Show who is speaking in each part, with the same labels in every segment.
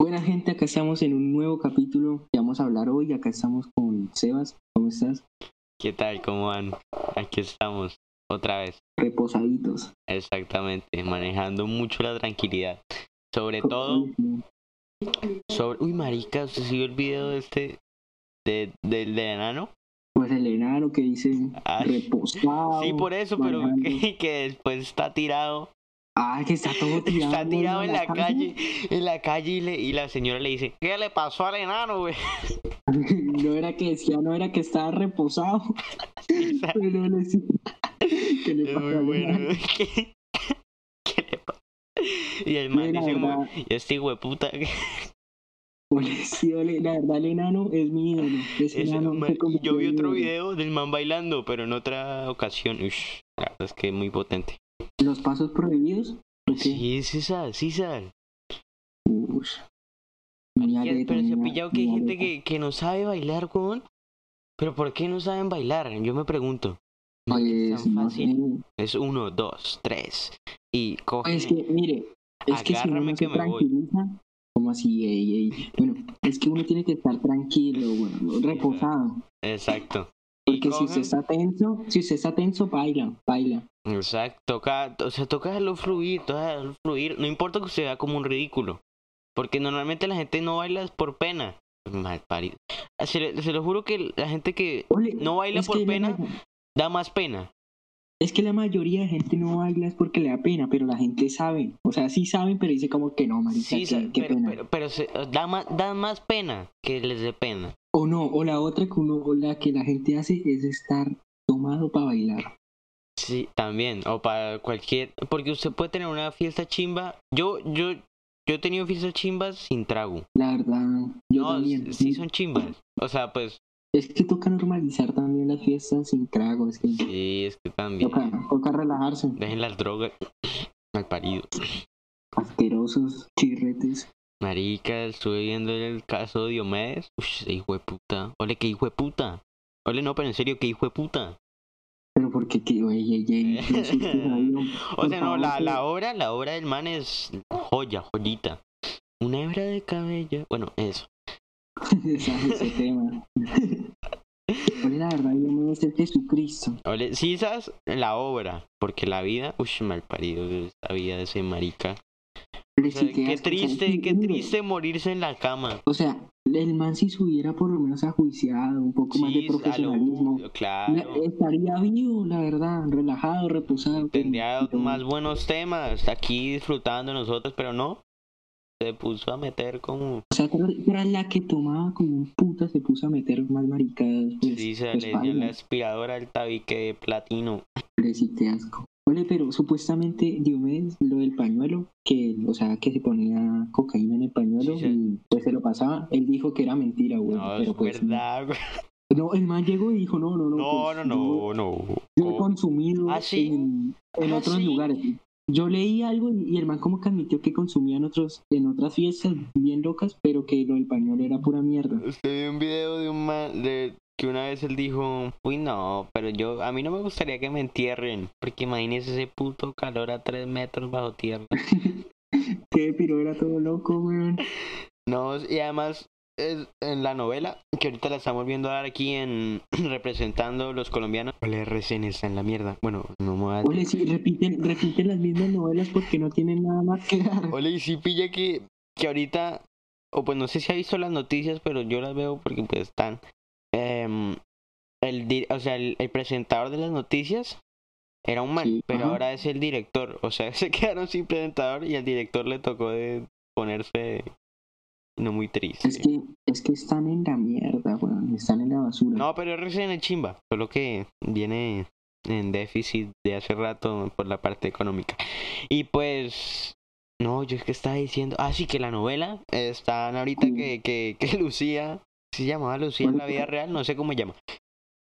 Speaker 1: Buena gente, acá estamos en un nuevo capítulo que vamos a hablar hoy. Acá estamos con Sebas. ¿Cómo estás?
Speaker 2: ¿Qué tal? ¿Cómo van? Aquí estamos, otra vez.
Speaker 1: Reposaditos.
Speaker 2: Exactamente, manejando mucho la tranquilidad. Sobre todo, sobre... Uy, marica, ¿usted siguió el video de este, de, del del enano?
Speaker 1: Pues el enano que dice
Speaker 2: Ah,
Speaker 1: reposado.
Speaker 2: sí, por eso, pero
Speaker 1: bailando.
Speaker 2: que, que después está tirado,
Speaker 1: Ah, que está todo tirado.
Speaker 2: está tirado
Speaker 1: güey,
Speaker 2: en la calle, en la calle y, le- y la señora le dice, ¿qué le pasó al enano, güey?
Speaker 1: no era que decía, no era que estaba reposado. pero le decía que le
Speaker 2: Es
Speaker 1: pasó
Speaker 2: muy
Speaker 1: al
Speaker 2: bueno,
Speaker 1: enano.
Speaker 2: güey. ¿Qué, qué le pasa? Y el man
Speaker 1: Mira,
Speaker 2: dice como,
Speaker 1: verdad.
Speaker 2: este hijo de puta,
Speaker 1: Pues, sí, ole, la verdad, el enano es mi ídolo. Ese
Speaker 2: Ese
Speaker 1: enano
Speaker 2: man-
Speaker 1: se convirtió
Speaker 2: yo vi
Speaker 1: en mi
Speaker 2: otro
Speaker 1: ídolo.
Speaker 2: video del man bailando, pero en otra ocasión. Ush, la verdad es que es muy potente.
Speaker 1: Los pasos prohibidos. ¿o qué?
Speaker 2: Sí, sí, sal, sí, sal.
Speaker 1: Uy. Muy
Speaker 2: Ya,
Speaker 1: aleta,
Speaker 2: Pero se ha
Speaker 1: muy
Speaker 2: pillado que hay
Speaker 1: muy
Speaker 2: gente
Speaker 1: aleta.
Speaker 2: que, que no sabe bailar, weón. Pero ¿por qué no saben bailar? Yo me pregunto. ¿No es
Speaker 1: Pues,
Speaker 2: tan
Speaker 1: no
Speaker 2: fácil.
Speaker 1: sé.
Speaker 2: Es uno, dos, tres. Y coge.
Speaker 1: Pues que, mire, es que si uno
Speaker 2: Agárrame
Speaker 1: no se
Speaker 2: que me voy.
Speaker 1: tranquiliza, como así, ey, ey. Bueno, es que uno tiene que estar tranquilo, bueno, reposado.
Speaker 2: Exacto. Y
Speaker 1: Porque si
Speaker 2: cogen-
Speaker 1: usted está tenso, si usted está tenso, baila, baila.
Speaker 2: Exacto, toca, o sea, toca dejarlo fluir, toca dejarlo fluir, no importa que se vea como un ridículo, porque normalmente la gente no baila es por pena. Mal parido. Ah, Se, le- se lo juro que la gente que
Speaker 1: Ole,
Speaker 2: no baila
Speaker 1: es
Speaker 2: por
Speaker 1: que la
Speaker 2: pena
Speaker 1: ma-
Speaker 2: da más pena.
Speaker 1: es que la mayoría de gente no baila es porque le da pena, pero la gente sabe. O sea, sí saben, pero dice como que no, marica,
Speaker 2: Sí,
Speaker 1: qué-
Speaker 2: sa-
Speaker 1: qué,
Speaker 2: pero,
Speaker 1: pena.
Speaker 2: pero, pero se, da, más, da más pena que les dé pena.
Speaker 1: O no, o la otra que uno, o la que la gente hace es estar tomado para bailar.
Speaker 2: Sí, también, o para cualquier, porque usted puede tener una fiesta chimba. Yo, yo, yo he tenido fiestas chimbas sin trago.
Speaker 1: La verdad, yo
Speaker 2: no,
Speaker 1: también.
Speaker 2: sí son chimbas. O sea, pues,
Speaker 1: Es que toca normalizar también las fiestas sin trago, es que
Speaker 2: sí, es que también.
Speaker 1: toca, toca relajarse.
Speaker 2: Dejen las drogas. Mal parido.
Speaker 1: Asquerosos, chirretes.
Speaker 2: Marica, estuve viendo el caso de Diomedes. Ush, ese hijo de puta. Ole, qué hijo de puta. Ole, no, pero en serio, qué hijo de puta.
Speaker 1: Pero porque que, oye, oye, oye, no insultes a Dios.
Speaker 2: O
Speaker 1: Por
Speaker 2: sea, no,
Speaker 1: favor,
Speaker 2: la,
Speaker 1: que-
Speaker 2: la obra, la obra del man es joya, joyita. Una hebra de cabello. Bueno, eso.
Speaker 1: Esa- ese tema. Pero la verdad, yo me voy a ser Jesucristo.
Speaker 2: Ole, sí, esas, la obra. Porque la vida, ush, mal parido. La vida de ese marica.
Speaker 1: Pero
Speaker 2: O sea,
Speaker 1: sí,
Speaker 2: qué
Speaker 1: asco, o sea,
Speaker 2: triste,
Speaker 1: sí,
Speaker 2: qué
Speaker 1: mire,
Speaker 2: triste morirse en la cama.
Speaker 1: O sea, el man si subiera por lo menos ajuiciado, un poco más de
Speaker 2: Sí, a lo
Speaker 1: profesionalismo.
Speaker 2: claro.
Speaker 1: la- Estaría vivo, la verdad, relajado, reposado. pero-
Speaker 2: tendría
Speaker 1: pero-
Speaker 2: más buenos temas aquí disfrutando nosotros, pero no. Se puso a meter como
Speaker 1: O sea, tras, tras la que tomaba como un puta se puso a meter más maricadas. Pues,
Speaker 2: si se
Speaker 1: pues,
Speaker 2: le dio
Speaker 1: baila.
Speaker 2: la aspiradora al tabique de platino.
Speaker 1: Hombre, sí, qué asco. Oye, pero supuestamente Diomedes, lo del pañuelo, que, o sea, que se ponía cocaína en el pañuelo
Speaker 2: Sí, sí.
Speaker 1: y pues se lo pasaba, él dijo que era mentira, güey.
Speaker 2: No,
Speaker 1: pero
Speaker 2: es
Speaker 1: pues,
Speaker 2: verdad, güey.
Speaker 1: No, el man llegó y dijo, no, no, no.
Speaker 2: No,
Speaker 1: pues,
Speaker 2: no, no, no.
Speaker 1: Yo, yo he
Speaker 2: Oh,
Speaker 1: consumido
Speaker 2: ¿Ah, sí?
Speaker 1: en, en
Speaker 2: ¿Ah,
Speaker 1: otros
Speaker 2: sí?
Speaker 1: lugares. Yo leí algo y, y el man como que admitió que consumía en, otros, en otras fiestas bien locas, pero que lo del pañuelo era pura mierda.
Speaker 2: Usted vio un video de un man de que una vez él dijo, uy no, pero yo, a mí no me gustaría que me entierren, porque imagínese ese puto calor a tres metros bajo tierra.
Speaker 1: Qué piro era todo loco, weón.
Speaker 2: No, y además es- en la novela, que ahorita la estamos viendo ahora aquí en representando los colombianos. Ole, recién está en la mierda. Bueno, no me voy a-
Speaker 1: Oye, sí, repiten, repiten las mismas novelas porque no tienen nada más que dar.
Speaker 2: Ole, y si pilla que, que ahorita, o pues no sé si ha visto las noticias, pero yo las veo porque pues están. em, el, di- o sea, el, el presentador de las noticias era un man,
Speaker 1: Sí,
Speaker 2: pero
Speaker 1: ajá.
Speaker 2: ahora es el director. O sea, se quedaron sin presentador y al director le tocó de ponerse no muy triste.
Speaker 1: Es que, es que están en la mierda, weón. Están en la basura.
Speaker 2: No, pero es recién el chimba, solo que viene en déficit de hace rato por la parte económica. Y pues, no, yo es que estaba diciendo, ah, sí, que la novela, eh, están ahorita
Speaker 1: Sí.
Speaker 2: que, que, que Lucía, ¿sí se llamaba Lucía en la vida real? No sé cómo se llama.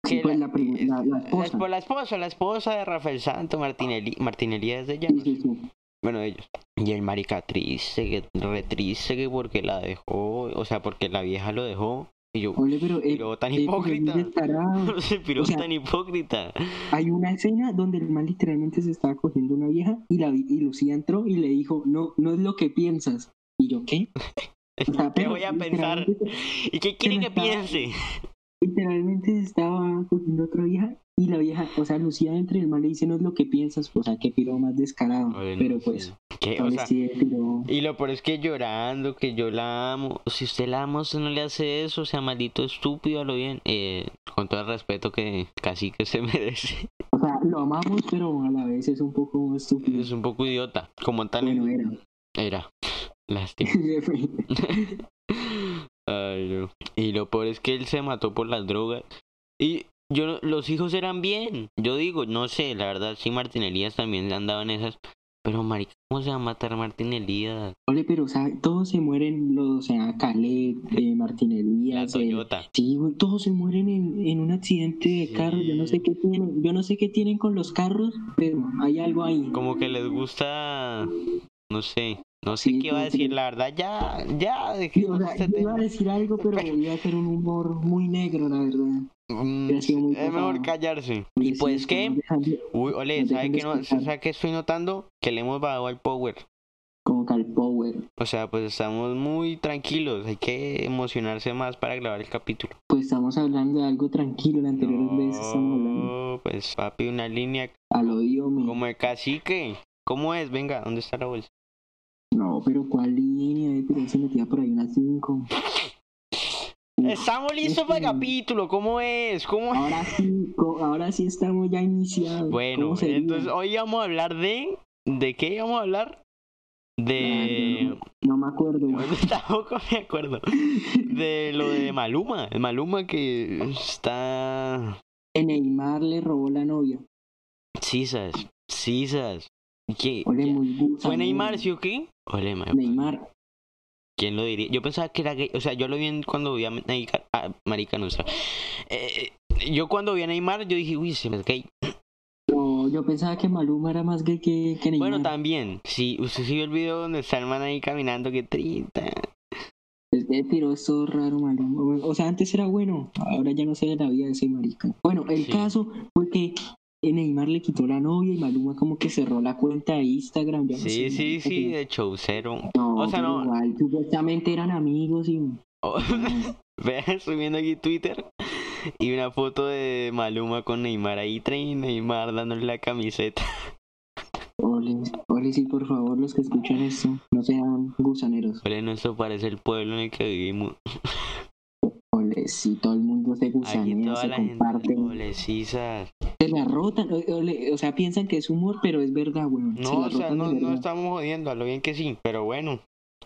Speaker 1: Sí,
Speaker 2: que
Speaker 1: pues
Speaker 2: la-
Speaker 1: la, prim- la- la
Speaker 2: La
Speaker 1: esposa.
Speaker 2: esp- La esposa, la esposa de Rafael Santo, Martinelli, Martinelli es de ella,
Speaker 1: Sí,
Speaker 2: no
Speaker 1: sí,
Speaker 2: sé.
Speaker 1: sí.
Speaker 2: bueno, de ellos. Y el marica triste, que re triste, que porque la dejó, o sea, porque la vieja lo dejó, y yo,
Speaker 1: Ole, pero. eh,
Speaker 2: pero tan
Speaker 1: eh, pero
Speaker 2: hipócrita.
Speaker 1: es descarado.
Speaker 2: Ese piro
Speaker 1: O sea-
Speaker 2: tan hipócrita.
Speaker 1: Hay una escena donde el man literalmente se estaba cogiendo una vieja y, la, vi- y Lucía entró y le dijo: No, no es lo que piensas. Y yo, ¿qué? sea,
Speaker 2: ¿Qué
Speaker 1: pero
Speaker 2: voy a pensar?
Speaker 1: literalmente-
Speaker 2: ¿Y qué quiere que
Speaker 1: está-
Speaker 2: piense?
Speaker 1: Literalmente estaba cogiendo otra vieja y la vieja, o sea, Lucía entre el mal le dice no es lo que piensas, o sea, que piro más descarado.
Speaker 2: Bueno,
Speaker 1: pero
Speaker 2: sí.
Speaker 1: pues,
Speaker 2: ¿Qué? O
Speaker 1: ahora
Speaker 2: sea,
Speaker 1: sí, pero
Speaker 2: y lo peor es que llorando, que yo la amo. Si usted la ama, usted no le hace eso. O sea, maldito estúpido, a lo bien. Eh, con todo el respeto que casi que se merece.
Speaker 1: o sea, lo amamos, pero a la vez es un poco estúpido.
Speaker 2: Es un poco idiota. Como tal
Speaker 1: Bueno, eh. era.
Speaker 2: era. Lástima. Ay, no. Y lo peor es que él se mató por las drogas. Y yo no- los hijos eran bien. Yo digo, no sé, la verdad sí Martín Elías también andaba en esas. Pero marica, ¿cómo se va a matar Martín Elías?
Speaker 1: Ole, pero o sea, todos se mueren, los, o sea, Caleb, eh, Martín
Speaker 2: La
Speaker 1: Elías, el-
Speaker 2: Toyota.
Speaker 1: Sí, güey, todos se mueren en, en un accidente de
Speaker 2: Sí.
Speaker 1: carro. Yo no sé qué tienen, yo no sé qué tienen con los carros, pero hay algo ahí.
Speaker 2: Como que les gusta, no sé, no sé
Speaker 1: Sí,
Speaker 2: qué va a
Speaker 1: como que-
Speaker 2: decir, la verdad, ya, ya,
Speaker 1: Sí, o
Speaker 2: dejemos
Speaker 1: sea,
Speaker 2: este
Speaker 1: yo iba a
Speaker 2: tema.
Speaker 1: decir algo, pero iba a ser un humor muy negro, la verdad.
Speaker 2: Mm,
Speaker 1: hubiera sido muy
Speaker 2: Es mejor
Speaker 1: pesado.
Speaker 2: callarse.
Speaker 1: Porque
Speaker 2: Y
Speaker 1: sí,
Speaker 2: pues
Speaker 1: estamos
Speaker 2: qué,
Speaker 1: dejando
Speaker 2: uy, ole,
Speaker 1: nos
Speaker 2: ¿sabe
Speaker 1: dejan
Speaker 2: que no?
Speaker 1: descansar.
Speaker 2: ¿Sabe que estoy notando? Que le hemos bajado al power.
Speaker 1: Como Cal Power.
Speaker 2: O sea, pues estamos muy tranquilos. Hay que emocionarse más para grabar el capítulo.
Speaker 1: Pues estamos hablando de algo tranquilo, la anterior vez estamos hablando.
Speaker 2: No, pues papi, una línea
Speaker 1: Al oído mío.
Speaker 2: como de cacique. ¿Cómo es? Venga, ¿dónde está la bolsa?
Speaker 1: No, pero ¿cuál línea? Eh, Pero se metía por ahí una 5.
Speaker 2: Estamos listos para el
Speaker 1: sí.
Speaker 2: capítulo. ¿Cómo es? ¿Cómo es?
Speaker 1: Ahora sí, co- ahora sí estamos ya iniciados.
Speaker 2: Bueno,
Speaker 1: ¿Cómo sería?
Speaker 2: entonces oh, hoy vamos a hablar de. ¿De qué íbamos a hablar? De.
Speaker 1: No Ah, me acuerdo. güey.
Speaker 2: Tampoco me acuerdo. De lo de Maluma. Maluma que está.
Speaker 1: Neymar le robó la novia.
Speaker 2: Sisas, Sisas. ¿Qué?
Speaker 1: Ole, muy gusto.
Speaker 2: ¿Fue Neymar, sí o qué? Ole, ma-
Speaker 1: Neymar.
Speaker 2: ¿quién lo diría? Yo pensaba que era gay. O sea, yo lo vi en- cuando vi a Neymar. ah, Marica Nuestra. Eh, eh, yo cuando vi a Neymar, yo dije, uy, se me gay.
Speaker 1: No, yo pensaba que Maluma era más gay que, que Neymar.
Speaker 2: Bueno, también. Sí, usted sí vio el video donde está el man ahí caminando, que trita.
Speaker 1: Este tiro es todo raro, Maluma. O sea, antes era bueno, ahora ya no sé de la vida de ese marica. Bueno, el
Speaker 2: Sí.
Speaker 1: caso fue que eh, Neymar le quitó la novia y Maluma como que cerró la cuenta de Instagram. ya no sé,
Speaker 2: Sí, sí,
Speaker 1: marica,
Speaker 2: sí,
Speaker 1: que-
Speaker 2: de chaucero.
Speaker 1: No,
Speaker 2: O sea,
Speaker 1: pero
Speaker 2: no.
Speaker 1: igual, supuestamente eran amigos y...
Speaker 2: Oh, Vea, subiendo aquí Twitter. Y una foto de Maluma con Neymar ahí, trae Neymar dándole la camiseta.
Speaker 1: Ole, ole, sí, por favor, los que escuchan esto, no sean gusaneros.
Speaker 2: Ole, no, esto parece el pueblo en el que vivimos.
Speaker 1: Ole, si todo el mundo se
Speaker 2: Aquí
Speaker 1: gusanea,
Speaker 2: toda
Speaker 1: se
Speaker 2: la
Speaker 1: comparte,
Speaker 2: gente. Ole, sisas.
Speaker 1: se la rotan. o- ole, o sea, piensan que es humor, pero es verdad, weón. se
Speaker 2: No,
Speaker 1: la
Speaker 2: o sea,
Speaker 1: rotan de
Speaker 2: no, no
Speaker 1: verdad.
Speaker 2: estamos jodiendo, a lo bien que sí, pero bueno.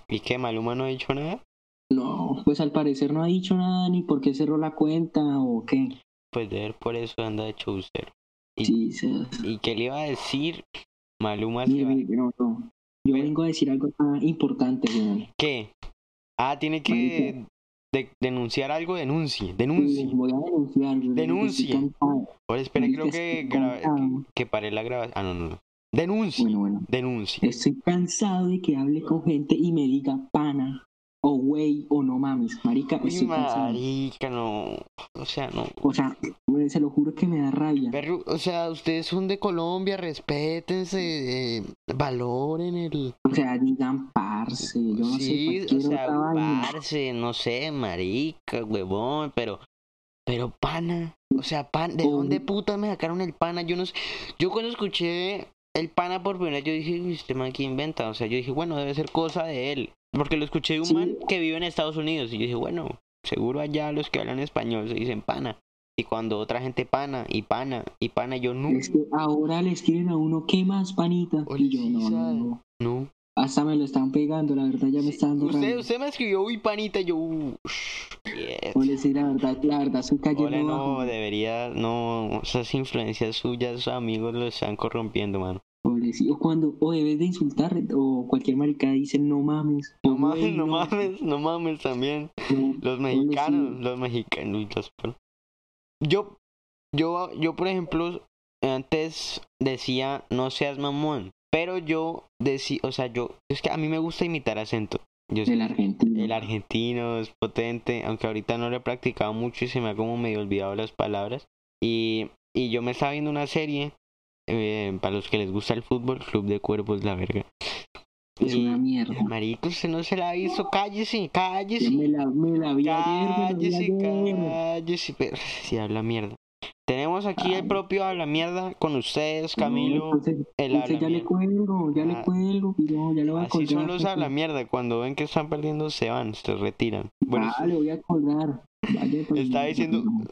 Speaker 2: ¿Y qué? ¿Maluma no ha dicho nada?
Speaker 1: No, pues al parecer no ha dicho nada ni por qué cerró la cuenta o qué.
Speaker 2: Pues de ver por eso anda de chaucero. Y-
Speaker 1: Sí, se-
Speaker 2: ¿Y qué le iba a decir? Maluma se
Speaker 1: mire,
Speaker 2: va.
Speaker 1: mire, no, no. Yo
Speaker 2: Pero-
Speaker 1: vengo a decir algo ah, importante, weón.
Speaker 2: ¿Qué? Ah, tiene que
Speaker 1: Marica.
Speaker 2: de- denunciar algo, denuncie,
Speaker 1: Sí,
Speaker 2: denuncie.
Speaker 1: voy a denunciar, weón. que
Speaker 2: Denuncie.
Speaker 1: estoy cansado.
Speaker 2: Ahora espera,
Speaker 1: Marica,
Speaker 2: creo que,
Speaker 1: estoy
Speaker 2: gra-
Speaker 1: cansado.
Speaker 2: que paré la grabación. Ah, no, no, no. Denuncie,
Speaker 1: Bueno, bueno.
Speaker 2: denuncie.
Speaker 1: Estoy cansado de que hable con gente y me diga pana o güey o no mames. Marica,
Speaker 2: Uy,
Speaker 1: estoy cansado.
Speaker 2: marica, no. O sea, no.
Speaker 1: O sea, weón, se lo juro que me da rabia.
Speaker 2: Perro, o sea, ustedes son de Colombia, respétense, eh, valoren el...
Speaker 1: O sea, digan parce, yo no
Speaker 2: sí,
Speaker 1: sé, cualquier
Speaker 2: o sea,
Speaker 1: otra vaina.
Speaker 2: parce, no sé, marica, huevón, pero... Pero pana, o sea, pan, ¿de
Speaker 1: Oh.
Speaker 2: dónde puta me sacaron el pana? Yo no sé, yo cuando escuché el pana por primera vez, yo dije, uy, este man que inventa, o sea, yo dije, bueno, debe ser cosa de él, porque lo escuché de un
Speaker 1: Sí.
Speaker 2: man que vive en Estados Unidos, y yo dije, bueno, seguro allá los que hablan español se dicen pana, y cuando otra gente pana, y pana, y pana, yo nunca...
Speaker 1: Es que ahora le escriben a uno, ¿qué más, panita?
Speaker 2: Ole,
Speaker 1: Y yo, no,
Speaker 2: sí,
Speaker 1: no,
Speaker 2: sabe.
Speaker 1: no.
Speaker 2: No.
Speaker 1: Hasta me lo están pegando, la verdad ya me
Speaker 2: Sí,
Speaker 1: está dando
Speaker 2: usted,
Speaker 1: rabia.
Speaker 2: usted me escribió, uy, panita, y yo, "Ush, yes".
Speaker 1: Ole, sí, la verdad, la verdad, estoy cayendo
Speaker 2: Ole, no,
Speaker 1: bajo.
Speaker 2: debería, no, esas influencias suyas, amigos, lo están corrompiendo, mano.
Speaker 1: Ole, sí. O cuando, o debes de insultar, o cualquier maricada dice, no mames.
Speaker 2: No
Speaker 1: o,
Speaker 2: mames,
Speaker 1: "Güey,
Speaker 2: no mames, no mames también.
Speaker 1: no".
Speaker 2: Los
Speaker 1: sí.
Speaker 2: mexicanos, los mexicanos, uy, los per- Yo, yo, yo, por ejemplo, antes decía, no seas mamón, pero yo decía, o sea, yo, es que a mí me gusta imitar acento. Yo
Speaker 1: El argentino.
Speaker 2: El argentino es potente, aunque ahorita no lo he practicado mucho y se me ha como medio olvidado las palabras. Y, y yo me estaba viendo una serie, eh, para los que les gusta el fútbol, Club de Cuervos, la verga.
Speaker 1: Es
Speaker 2: Y-
Speaker 1: una mierda.
Speaker 2: Marico, usted no se la hizo, cállese, cállese.
Speaker 1: Yo me la, me la vi ayer, me la
Speaker 2: Cállese,
Speaker 1: vi ayer.
Speaker 2: cállese, pero si habla mierda. Tenemos aquí el
Speaker 1: Ay.
Speaker 2: propio habla mierda con ustedes,
Speaker 1: No,
Speaker 2: Camilo,
Speaker 1: entonces-
Speaker 2: el
Speaker 1: entonces
Speaker 2: habla
Speaker 1: ya le
Speaker 2: mierda.
Speaker 1: cuelgo, ya
Speaker 2: Ah.
Speaker 1: le cuelgo, no, ya lo voy a
Speaker 2: Así
Speaker 1: colgar.
Speaker 2: son los
Speaker 1: porque-
Speaker 2: habla mierda, cuando ven que están perdiendo se van, se retiran. Bueno,
Speaker 1: Ah, le voy a colgar. Vaya, pues,
Speaker 2: Está diciendo-
Speaker 1: no.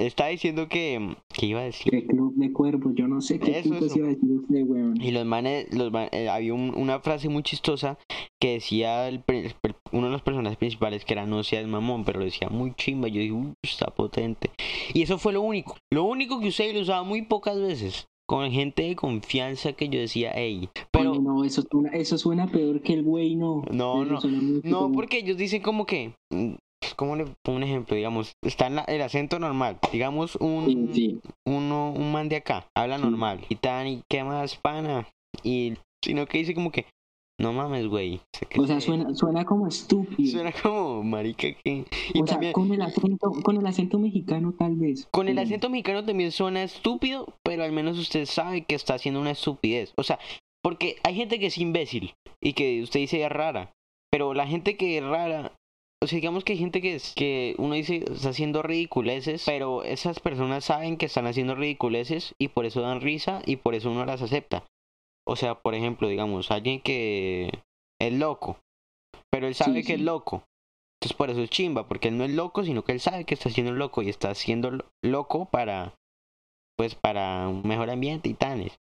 Speaker 2: está diciendo que, que iba a decir.
Speaker 1: ¿Qué club de cuervos? Yo no sé qué
Speaker 2: Eso,
Speaker 1: putas
Speaker 2: eso.
Speaker 1: iba a decir usted, weón.
Speaker 2: Y los manes, los ma- eh, había un- una frase muy chistosa que decía el pri- el- uno de los personajes principales que era no seas mamón, pero lo decía muy chimba. Yo dije, "Uy, está potente. Y eso fue lo único. Lo único que usé y lo usaba muy pocas veces. Con gente de confianza que yo decía, hey.
Speaker 1: Oye,
Speaker 2: Pero
Speaker 1: no, eso suena, eso suena peor que el güey, no.
Speaker 2: No,
Speaker 1: Eso
Speaker 2: no.
Speaker 1: suena muy
Speaker 2: no,
Speaker 1: feo.
Speaker 2: porque ellos dicen como que. mm, ¿Cómo le pongo un ejemplo? Digamos, está en la- el acento normal. Digamos,
Speaker 1: Sí,
Speaker 2: un,
Speaker 1: Eh, sí.
Speaker 2: uno, un man de acá, habla
Speaker 1: Sí.
Speaker 2: normal, y tan, y qué más, pana, y sino que dice como que, no mames, güey. o sea, que
Speaker 1: O sea,
Speaker 2: se-
Speaker 1: suena, suena como estúpido.
Speaker 2: mm, eh, suena como marica que... Y
Speaker 1: o sea,
Speaker 2: también, con...
Speaker 1: con el acento, con el acento mexicano tal vez.
Speaker 2: el
Speaker 1: pero-
Speaker 2: acento mexicano también suena estúpido, pero al menos usted sabe que está haciendo una estupidez. O sea, porque hay gente que es imbécil y que usted dice es rara, pero la gente que es rara... O sea, digamos que hay gente que, es, que uno dice está haciendo ridiculeces, pero esas personas saben que están haciendo ridiculeces y por eso dan risa y por eso uno las acepta. O sea, por ejemplo, digamos, alguien que es loco, pero él sabe que es
Speaker 1: sí.
Speaker 2: loco. Entonces por eso es chimba, porque él no es loco, sino que él sabe que está siendo loco y está siendo lo- loco para, pues, para un mejor ambiente y tales.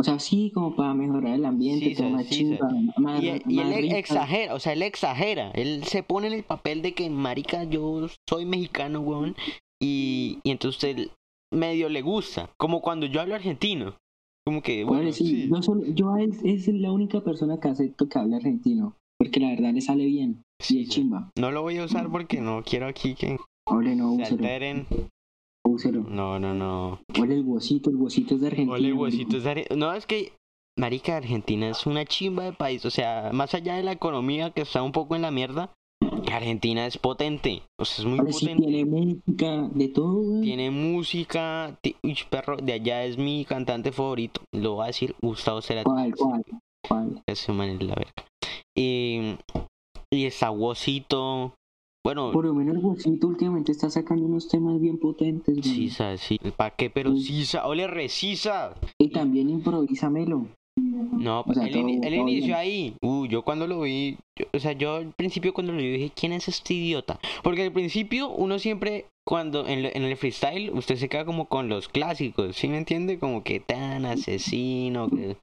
Speaker 1: O sea, sí, como para mejorar el ambiente,
Speaker 2: Sí,
Speaker 1: todo
Speaker 2: sí,
Speaker 1: más
Speaker 2: sí,
Speaker 1: chimba, más,
Speaker 2: Y, y
Speaker 1: más
Speaker 2: él
Speaker 1: rica.
Speaker 2: exagera, o sea, él exagera. Él se pone en el papel de que, marica, yo soy mexicano, weón. Y, y entonces él medio le gusta. Como cuando yo hablo argentino. Como que,
Speaker 1: Bueno,
Speaker 2: bueno,
Speaker 1: sí,
Speaker 2: sí.
Speaker 1: Yo, solo, yo a él es la única persona que acepto que habla argentino, porque la verdad le sale bien, y
Speaker 2: sí,
Speaker 1: es
Speaker 2: sí.
Speaker 1: chimba.
Speaker 2: No lo voy a usar porque no quiero aquí que
Speaker 1: Ole, no,
Speaker 2: se
Speaker 1: úselo,
Speaker 2: alteren.
Speaker 1: úselo.
Speaker 2: No, no, no.
Speaker 1: Ole el huesito, el huesito es de Argentina.
Speaker 2: Ole,
Speaker 1: marico.
Speaker 2: huesito, es de Are- No, es que, marica, Argentina es una chimba de país. O sea, más allá de la economía que está un poco en la mierda, Argentina es potente. O sea, es muy
Speaker 1: Ahora sí
Speaker 2: potente.
Speaker 1: tiene música, de todo, weón.
Speaker 2: Tiene música. ti- Uy, perro, de allá es mi cantante favorito. Lo va a decir Gustavo Cerati.
Speaker 1: ¿Cuál, cuál, cuál?
Speaker 2: Ese man es la verga. Y, y está Huesito. Bueno,
Speaker 1: Por lo menos el huesito últimamente está sacando unos temas bien potentes, weón.
Speaker 2: Sisa, sí. ¿Para qué? Pero
Speaker 1: Uy.
Speaker 2: Sisa, ole, re Sisa.
Speaker 1: Y también improvísamelo.
Speaker 2: No,
Speaker 1: O sea,
Speaker 2: él, ini-
Speaker 1: todo-
Speaker 2: él
Speaker 1: todo
Speaker 2: inició
Speaker 1: bien.
Speaker 2: ahí. Uh, yo cuando lo vi, yo- o sea, yo al principio cuando lo vi dije, ¿quién es este idiota? Porque al principio uno siempre, cuando en, lo- en el freestyle, usted se queda como con los clásicos, ¿sí me entiende? Como que tan asesino, que...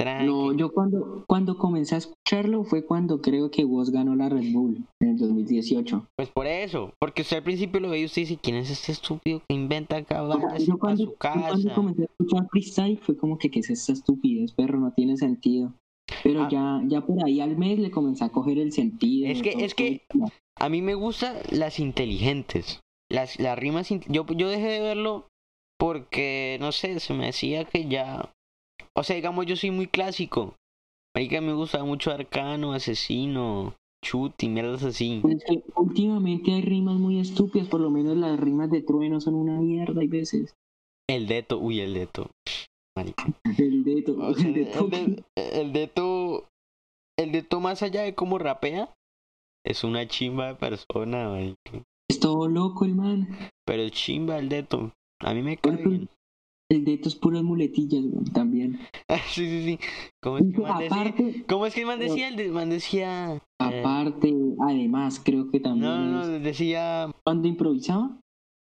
Speaker 2: tranqui.
Speaker 1: No, yo cuando, cuando comencé a escucharlo fue cuando creo que vos ganó la Red Bull en el 2018.
Speaker 2: Pues por eso, porque usted al principio lo ve y usted dice, ¿quién es este estúpido que inventa acá?
Speaker 1: O sea,
Speaker 2: Vaya
Speaker 1: yo
Speaker 2: a
Speaker 1: cuando,
Speaker 2: su
Speaker 1: yo
Speaker 2: casa.
Speaker 1: cuando comencé a escuchar freestyle fue como que, ¿qué es esta estupidez, perro? No tiene sentido. Pero
Speaker 2: Ah.
Speaker 1: ya, ya por ahí al mes le comencé a coger el sentido.
Speaker 2: Es que- es que- A mí me gustan las inteligentes. Las, las rimas. in- Yo, yo dejé de verlo porque, no sé, se me decía que ya. O sea, digamos, yo soy muy clásico. Marica, me gusta mucho Arcano, Asesino, Chuti, mierdas así.
Speaker 1: Pues es que últimamente hay rimas muy estúpidas, por lo menos las rimas de trueno son una mierda hay veces.
Speaker 2: El Deto, uy, el Deto. Marica.
Speaker 1: El de, to-
Speaker 2: O sea,
Speaker 1: el de
Speaker 2: el,
Speaker 1: Toki.
Speaker 2: de- el Deto. El Deto, más allá de cómo rapea, es una chimba de persona, marica.
Speaker 1: Es todo loco el man.
Speaker 2: Pero chimba el Deto. A mí me cae
Speaker 1: Bueno,
Speaker 2: bien.
Speaker 1: El de es puras muletillas, güey, también.
Speaker 2: sí, sí, sí. ¿Cómo es que más decía?
Speaker 1: Aparte,
Speaker 2: ¿Cómo es que el man
Speaker 1: Pero-
Speaker 2: decía? El de- man decía. eh,
Speaker 1: aparte, además, creo que también
Speaker 2: no, no,
Speaker 1: es-
Speaker 2: no, decía.
Speaker 1: cuando improvisaba.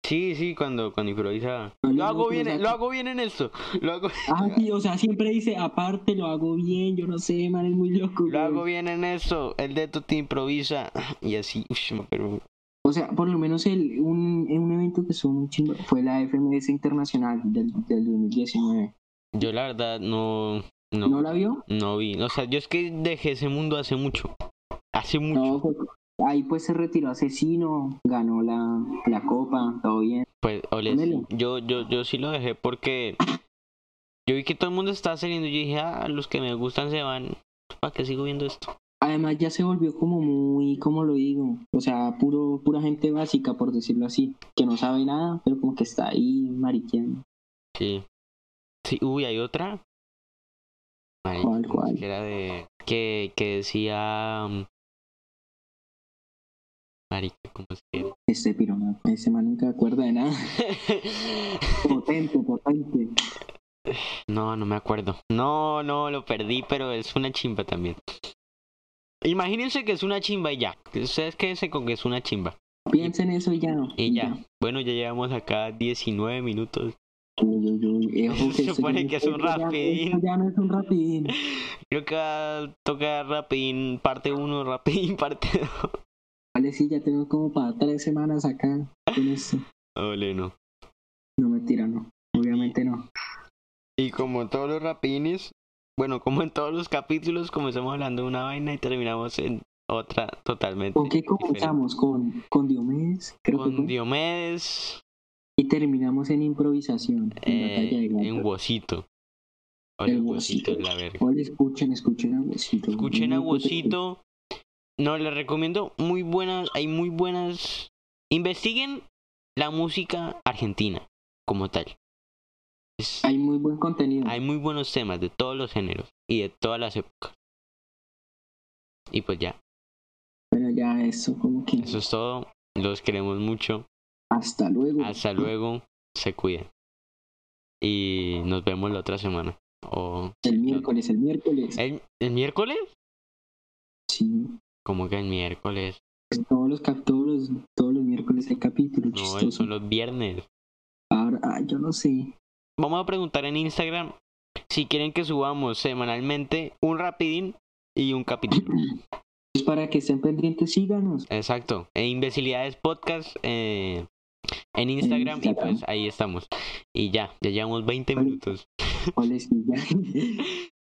Speaker 2: Sí, sí, cuando, cuando improvisaba.
Speaker 1: No,
Speaker 2: Lo
Speaker 1: no,
Speaker 2: hago
Speaker 1: no,
Speaker 2: bien,
Speaker 1: no,
Speaker 2: lo hago bien en esto. Lo hago,
Speaker 1: Ah, sí, o sea, siempre dice, aparte lo hago bien, yo no sé, man, es muy loco.
Speaker 2: lo
Speaker 1: güey.
Speaker 2: hago bien en esto. El dedo te improvisa. Y así. ush, me- pero-
Speaker 1: O sea, por lo menos el, un, en un evento que estuvo muy chimba fue la FMS Internacional del, del 2019.
Speaker 2: yo la verdad no, no,
Speaker 1: ¿No,
Speaker 2: no,
Speaker 1: la vio?
Speaker 2: vi. O sea, yo es que dejé ese mundo hace mucho. Hace mucho.
Speaker 1: No, fue- ahí pues se retiró Asesino, ganó la, la copa, todo bien.
Speaker 2: Pues, ole,
Speaker 1: Ponele.
Speaker 2: yo, yo, yo sí lo dejé porque yo vi que todo el mundo estaba saliendo. Y yo dije, ah, los que me gustan se van. ¿Para qué sigo viendo esto?
Speaker 1: Además ya se volvió como muy, ¿cómo lo digo? O sea, puro, pura gente básica, por decirlo así, que no sabe nada, pero como que está ahí mariqueando.
Speaker 2: Sí. Sí, uy, hay otra. Marica,
Speaker 1: ¿Cuál,
Speaker 2: ¿cómo es
Speaker 1: cuál?
Speaker 2: que era de. que, que decía... mm, Marica, ¿cómo se llama?
Speaker 1: Este pirón, ese man nunca acuerda de nada. Potente, potente.
Speaker 2: No, no me acuerdo. No, no, lo perdí, pero es una chimba también. Imagínense que es una chimba y ya. Ustedes quédense con que es una chimba.
Speaker 1: Piensen eso y ya.
Speaker 2: Y ya. Bueno, ya llevamos acá 19 minutos.
Speaker 1: Uy, uy, uy, eh, ojo
Speaker 2: Se
Speaker 1: eso
Speaker 2: supone
Speaker 1: ya-
Speaker 2: que es un
Speaker 1: eso ya-
Speaker 2: rapidín.
Speaker 1: eso Ya no es un rapidín.
Speaker 2: Creo que va a tocar Rapidín parte 1, Rapidín parte 2.
Speaker 1: Vale, sí, ya tenemos como para tres semanas acá con esto.
Speaker 2: Ole, Ah, no.
Speaker 1: No mentira, no. Obviamente no.
Speaker 2: Y como en todos los rapidines, bueno, como en todos los capítulos, comenzamos hablando de una vaina y terminamos en otra totalmente.
Speaker 1: ¿Con qué comenzamos? ¿Con, con Diomedes? Creo que
Speaker 2: Con
Speaker 1: fue.
Speaker 2: Diomedes
Speaker 1: Y terminamos en improvisación. En
Speaker 2: eh,
Speaker 1: batalla de
Speaker 2: en
Speaker 1: gallos.
Speaker 2: Huesito. Ole,
Speaker 1: El
Speaker 2: Huesito es
Speaker 1: Huesito.
Speaker 2: la verga.
Speaker 1: Oye, escuchen, escuchen a Huesito.
Speaker 2: Escuchen a
Speaker 1: Muy potente.
Speaker 2: Huesito. No, les recomiendo muy buenas, hay muy buenas. Investiguen la música argentina como tal. Es-
Speaker 1: Hay muy buen contenido.
Speaker 2: Hay muy buenos temas de todos los géneros y de todas las épocas. Y pues ya,
Speaker 1: Pero ya eso, como que.
Speaker 2: eso es todo. Los queremos mucho.
Speaker 1: Hasta luego.
Speaker 2: Hasta luego. Se cuidan. Y nos vemos la otra semana. O
Speaker 1: El miércoles, el miércoles.
Speaker 2: ¿El, el miércoles?
Speaker 1: Sí.
Speaker 2: Como que el miércoles.
Speaker 1: Pues Todos los, cap- todos los, todos los miércoles hay capítulo
Speaker 2: No, esos
Speaker 1: chistoso.
Speaker 2: son los viernes.
Speaker 1: Ahora, ah, yo no sé.
Speaker 2: Vamos a preguntar en Instagram si quieren que subamos semanalmente un rapidín y un capítulo.
Speaker 1: Pues para que estén pendientes, síganos.
Speaker 2: Exacto. E Imbecilidades Podcast eh, en Instagram y
Speaker 1: Instagram.
Speaker 2: pues ahí estamos. Y ya, ya llevamos 20
Speaker 1: Vale.
Speaker 2: minutos.
Speaker 1: ¿Cuál es? Y ya.